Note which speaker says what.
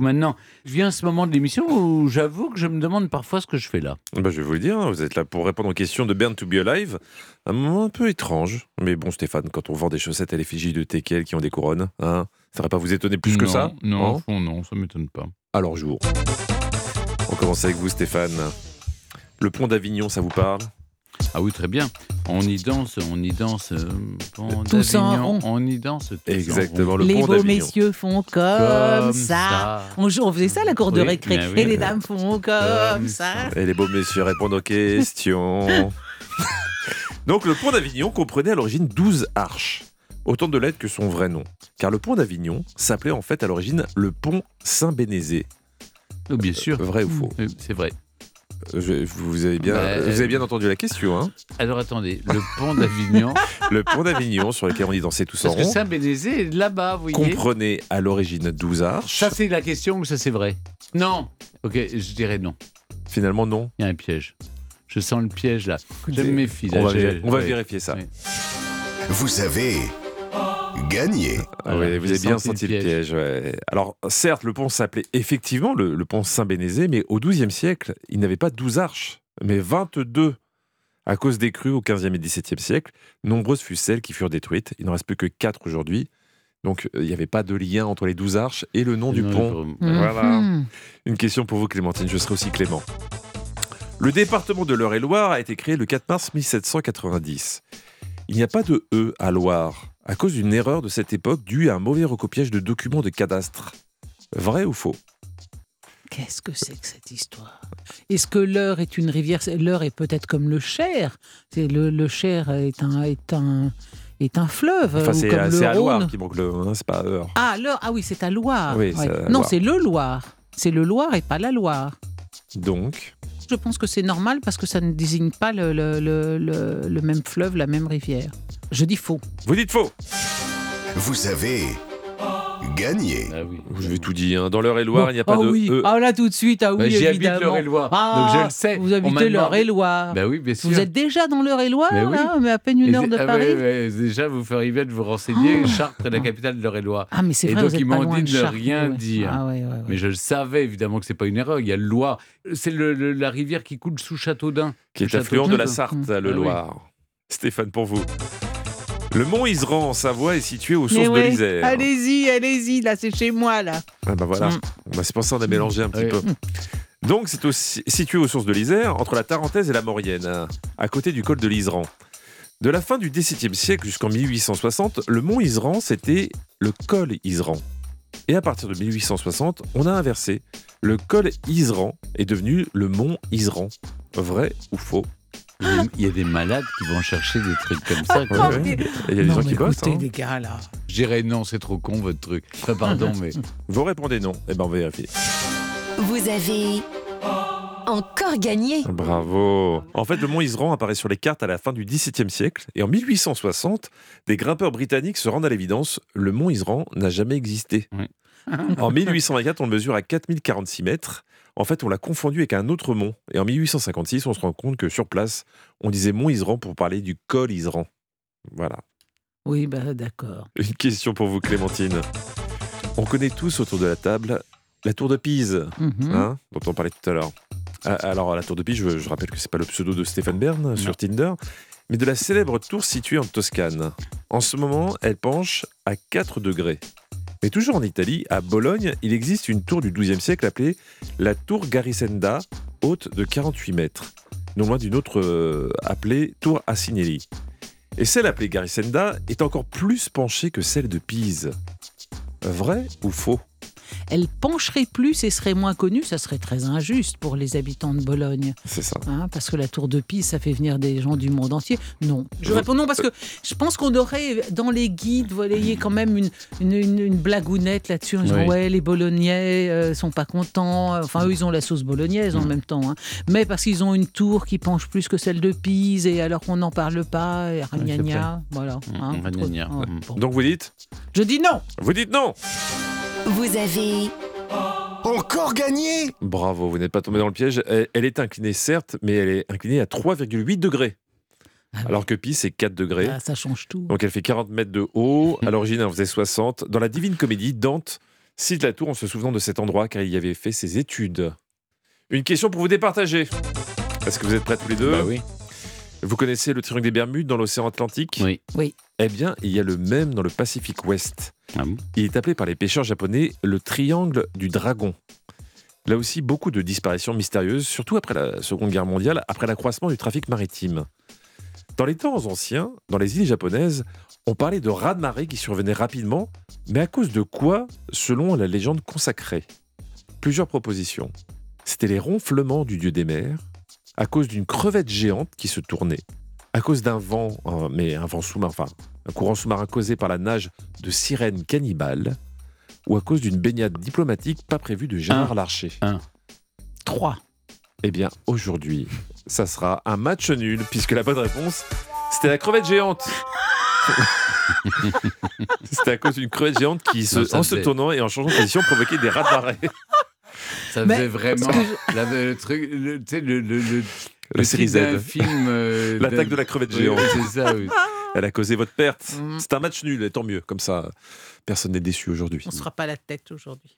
Speaker 1: Maintenant, je viens à ce moment de l'émission où j'avoue que je me demande parfois ce que je fais là.
Speaker 2: Bah, je vais vous le dire, hein, vous êtes là pour répondre aux questions de Burn to Be Alive. Un moment un peu étrange. Mais bon, Stéphane, quand on vend des chaussettes à l'effigie de TKL qui ont des couronnes, hein, ça ne pas vous étonner plus que
Speaker 1: Non,
Speaker 2: ça
Speaker 1: Non,
Speaker 2: hein
Speaker 1: au fond, non, ça m'étonne pas.
Speaker 2: Alors, jour. On commence avec vous, Stéphane. Le pont d'Avignon, ça vous parle
Speaker 1: Ah oui, très bien. On y danse, on y danse. euh, pont
Speaker 3: Tous en
Speaker 1: d'Avignon,
Speaker 3: rond.
Speaker 1: On y danse. tous en rond.
Speaker 2: Exactement, le
Speaker 3: Les
Speaker 2: pont
Speaker 3: beaux
Speaker 2: d'Avignon.
Speaker 3: messieurs font comme, ça. On, jou- on faisait ça à la cour de
Speaker 1: Oui,
Speaker 3: récré.
Speaker 1: mais oui.
Speaker 3: Et les dames font comme,
Speaker 1: Comme
Speaker 3: ça.
Speaker 2: Et les beaux messieurs répondent aux questions. Donc, le pont d'Avignon comprenait à l'origine 12 arches, autant de lettres que son vrai nom. Car le pont d'Avignon s'appelait en fait à l'origine le pont Saint-Bénézé.
Speaker 1: Oh, bien sûr.
Speaker 2: Vrai ou faux
Speaker 1: Euh, C'est vrai.
Speaker 2: Je- vous, avez bien,
Speaker 1: Bah,
Speaker 2: vous avez bien entendu la question. Hein
Speaker 1: Alors attendez, le pont d'Avignon.
Speaker 2: le pont d'Avignon, sur lequel on y dansait tous en
Speaker 1: parce que
Speaker 2: rond,
Speaker 1: Saint-Bénézé est là-bas, vous voyez.
Speaker 2: comprenait à l'origine 12 arches.
Speaker 1: Ça, c'est la question ou ça, c'est vrai Non. Ok, je dirais non.
Speaker 2: Finalement, non.
Speaker 1: Il y a un piège. Je sens le piège là. Je me méfie. là.
Speaker 2: On va,
Speaker 1: J'ai-
Speaker 2: vér- on va
Speaker 1: ouais.
Speaker 2: vérifier ça.
Speaker 1: Oui.
Speaker 4: Vous avez gagné.
Speaker 2: Ah ouais,
Speaker 1: Voilà,
Speaker 2: vous
Speaker 1: j'ai
Speaker 2: avez bien
Speaker 1: senti
Speaker 2: senti
Speaker 1: le
Speaker 2: le piège. ouais. Alors, certes, le pont s'appelait effectivement le, le pont Saint-Bénézé, mais au XIIe siècle, il n'avait pas 12 arches, mais 22. À cause des crues au XVe et XVIIe siècle, nombreuses furent celles qui furent détruites. Il n'en reste plus que 4 aujourd'hui. Donc, euh, il n'y avait pas de lien entre les 12 arches et le nom du
Speaker 1: Non,
Speaker 2: pont.
Speaker 1: je-
Speaker 2: Voilà.
Speaker 3: Mhm.
Speaker 2: Une question pour vous, Clémentine. Je serai aussi Clément. Le département de l'Eure-et-Loire a été créé le 4 mars 1790. Il n'y a pas de E à Loire, à cause d'une erreur de cette époque due à un mauvais recopiage de documents de cadastre. Vrai ou faux
Speaker 3: Qu'est-ce que c'est que cette histoire Est-ce que l'heure est une rivière L'heure est peut-être comme le Cher. C'est le, le Cher est un, est un, est un fleuve.
Speaker 2: Enfin,
Speaker 3: Euh, ou
Speaker 2: c'est euh,
Speaker 3: comme le
Speaker 2: c'est à Loire
Speaker 3: Rhône.
Speaker 2: qui manque le E, hein, c'est pas Eure.
Speaker 3: Ah, l'heure, ah oui, c'est à Loire.
Speaker 2: Oui, c'est à
Speaker 3: Non,
Speaker 2: Loire.
Speaker 3: c'est le Loire. C'est le Loire et pas la Loire.
Speaker 2: Donc,
Speaker 3: Je pense que c'est normal parce que ça ne désigne pas le, le- le- le- le même fleuve, la même rivière. Je dis faux.
Speaker 2: vous dites faux
Speaker 4: Vous avez gagné.
Speaker 1: Ah oui.
Speaker 2: Je vais tout dire. Dans l'Eure-et-Loire, il n'y a pas
Speaker 3: ah
Speaker 2: de
Speaker 3: oui.
Speaker 2: E.
Speaker 3: Ah là tout de suite, ah oui,
Speaker 1: Bah, J'y habite
Speaker 3: évidemment.
Speaker 1: l'Eure-et-Loire.
Speaker 3: Ah,
Speaker 1: donc je le sais.
Speaker 3: Vous
Speaker 1: On m'a
Speaker 3: habitez
Speaker 1: demandé-
Speaker 3: l'Eure-et-Loire.
Speaker 1: Bah oui, bien sûr.
Speaker 3: vous êtes déjà dans l'Eure-et-Loire,
Speaker 1: Mais oui.
Speaker 3: là, mais à peine une
Speaker 1: Et
Speaker 3: heure
Speaker 1: dé-
Speaker 3: de
Speaker 1: ah ouais,
Speaker 3: Paris.
Speaker 1: ouais, déjà, vous feriez bien de vous renseigner. Chartres est la capitale de l'Eure-et-Loire.
Speaker 3: Ah, mais c'est
Speaker 1: Et
Speaker 3: vrai,
Speaker 1: donc,
Speaker 3: vous êtes
Speaker 1: ils
Speaker 3: pas
Speaker 1: m'ont
Speaker 3: loin
Speaker 1: dit
Speaker 3: de
Speaker 1: de ne
Speaker 3: Chartres,
Speaker 1: rien
Speaker 3: ouais.
Speaker 1: dire.
Speaker 3: Ah ouais, ouais, ouais.
Speaker 1: Mais je le savais évidemment que c'est pas une erreur. Il y a le Loire. C'est le- le- la rivière qui coule sous Châteaudun.
Speaker 2: qui est
Speaker 1: Château
Speaker 2: affluent de la
Speaker 1: Thon.
Speaker 2: Sarthe,
Speaker 1: Mmh.
Speaker 2: le
Speaker 1: Ah oui.
Speaker 2: Loire. Stéphane, pour vous. Le mont Iseran en Savoie est situé aux
Speaker 3: Mais
Speaker 2: sources de
Speaker 3: ouais,
Speaker 1: hein.
Speaker 2: l'Isère.
Speaker 3: Allez-y, allez-y, là, c'est chez moi, là.
Speaker 2: Ah bah voilà,
Speaker 3: Mm.
Speaker 2: Bah, c'est pour ça qu'on a mélangé un petit
Speaker 1: Oui.
Speaker 2: peu. Donc c'est aussi situé aux sources de l'Isère, entre la Tarentaise et la Maurienne, à- à côté du col de l'Iseran. De la fin du XVIIe siècle jusqu'en 1860, le mont Iseran, c'était le col Iseran. Et à partir de 1860, on a inversé. Le col Iseran est devenu le mont Iseran. Vrai ou faux
Speaker 1: Il y a- Il y a des malades qui vont chercher des trucs comme ça. quoi.
Speaker 2: Ah,
Speaker 3: Ouais, ouais.
Speaker 2: Il y a des
Speaker 3: non,
Speaker 2: gens
Speaker 3: mais
Speaker 2: qui bossent.
Speaker 3: écoutez,
Speaker 2: hein.
Speaker 3: les gars, là.
Speaker 1: Je dirais non, c'est trop con votre truc. Enfin,
Speaker 3: Ah,
Speaker 1: pardon, mais
Speaker 2: Vous répondez non. Eh ben on va vérifier.
Speaker 5: Vous avez encore gagné.
Speaker 2: Bravo En fait, le mont Iseran apparaît sur les cartes à la fin du XVIIe siècle, et en 1860, des grimpeurs britanniques se rendent à l'évidence, le mont Iseran n'a jamais existé.
Speaker 1: Oui.
Speaker 2: en 1824, on le mesure à 4046 mètres. En fait, on l'a confondu avec un autre mont, et en 1856, on se rend compte que sur place, on disait mont Iseran pour parler du col Iseran. Voilà.
Speaker 3: Oui, bah d'accord.
Speaker 2: Une question pour vous, Clémentine. On connaît tous autour de la table la tour de Pise
Speaker 3: Mhm.
Speaker 2: hein, dont on parlait tout à l'heure. Ah, Alors, à la Tour de Pise, je, je rappelle que c'est pas le pseudo de Stéphane Bern euh, sur Tinder, mais de la célèbre tour située en Toscane. En ce moment, elle penche à 4 degrés. Mais toujours en Italie, à Bologne, il existe une tour du XIIe siècle appelée la Tour Garisenda, haute de 48 mètres, non loin d'une autre euh, appelée Tour Assinelli. Et celle appelée Garisenda est encore plus penchée que celle de Pise. Vrai ou faux
Speaker 3: Elle pencherait plus et serait moins connue, ça serait très injuste pour les habitants de Bologne,
Speaker 2: C'est ça.
Speaker 3: hein, parce que la tour de Pise, ça fait venir des gens du monde entier. Non, je
Speaker 2: Vous-
Speaker 3: réponds non, parce que je pense qu'on aurait, dans les guides, vous voyez quand même une, une, une- une blagounette là-dessus, en disant,
Speaker 1: Oui.
Speaker 3: ouais, les Bolognais euh, sont pas contents, enfin eux, ils ont la sauce bolognaise
Speaker 1: Mm.
Speaker 3: en même temps, hein. mais parce qu'ils ont une tour qui penche plus que celle de Pise, et alors qu'on n'en parle pas, et
Speaker 1: c'est
Speaker 3: ragnagna, voilà.
Speaker 1: Mm,
Speaker 3: hein, entre-
Speaker 1: ragnagna,
Speaker 3: hein,
Speaker 1: mm.
Speaker 3: bon.
Speaker 2: Donc vous dites
Speaker 3: Je dis non
Speaker 2: Vous dites non
Speaker 5: Vous avez
Speaker 4: Encore gagné.
Speaker 2: Bravo, vous n'êtes pas tombé dans le piège. Elle, elle est inclinée, certes, mais elle est inclinée à 3,8 degrés.
Speaker 3: Ah oui.
Speaker 2: Alors que Pi, c'est 4 degrés.
Speaker 3: Ah,
Speaker 1: Oh.
Speaker 3: Ça change tout.
Speaker 2: Donc elle fait 40 mètres de haut. À l'origine, elle en faisait 60. Dans la Divine Comédie, Dante cite la tour en se souvenant de cet endroit car il y avait fait ses études. Une question pour vous départager. Est-ce que vous êtes prêts tous les deux
Speaker 1: Bah oui.
Speaker 2: Vous connaissez le triangle des Bermudes dans l'océan Atlantique
Speaker 1: Oui.
Speaker 2: Eh bien, il y a le même dans le Pacifique Ouest.
Speaker 1: Ah bon
Speaker 2: Il est appelé par les pêcheurs japonais le triangle du dragon. Là aussi, beaucoup de disparitions mystérieuses, surtout après la Seconde Guerre mondiale, après l'accroissement du trafic maritime. Dans les temps anciens, dans les îles japonaises, on parlait de rats de marée qui survenaient rapidement, mais à cause de quoi, selon la légende consacrée Plusieurs propositions. C'était les ronflements du dieu des mers, à cause d'une crevette géante qui se tournait, à cause d'un vent, euh, mais un vent sous-marin, enfin, un courant sous-marin causé par la nage de sirènes cannibales ou à cause d'une baignade diplomatique pas prévue de
Speaker 1: Ah.
Speaker 2: Gérard Larcher
Speaker 3: Trois.
Speaker 1: Mm.
Speaker 2: Eh bien, aujourd'hui, ça sera un match nul, puisque la bonne réponse, c'était la crevette géante. c'était à cause d'une crevette géante qui, se-
Speaker 1: Non, ça
Speaker 2: en se
Speaker 1: faisait-
Speaker 2: tournant et en changeant de position, provoquait des rats de marée.
Speaker 1: Ça
Speaker 3: Mais-
Speaker 1: faisait vraiment la- le truc, le- tu sais, le, le, le,
Speaker 2: La
Speaker 1: le
Speaker 2: série
Speaker 1: titre d'un
Speaker 2: Z.
Speaker 1: film. euh,
Speaker 2: L'attaque
Speaker 1: d'un-
Speaker 2: de la crevette
Speaker 1: Oui,
Speaker 2: géante.
Speaker 1: C'est ça, oui.
Speaker 2: Elle a causé votre perte.
Speaker 3: Mm.
Speaker 2: C'est un match nul, et tant mieux. Comme ça, personne n'est déçu aujourd'hui.
Speaker 3: On ne sera pas la tête aujourd'hui.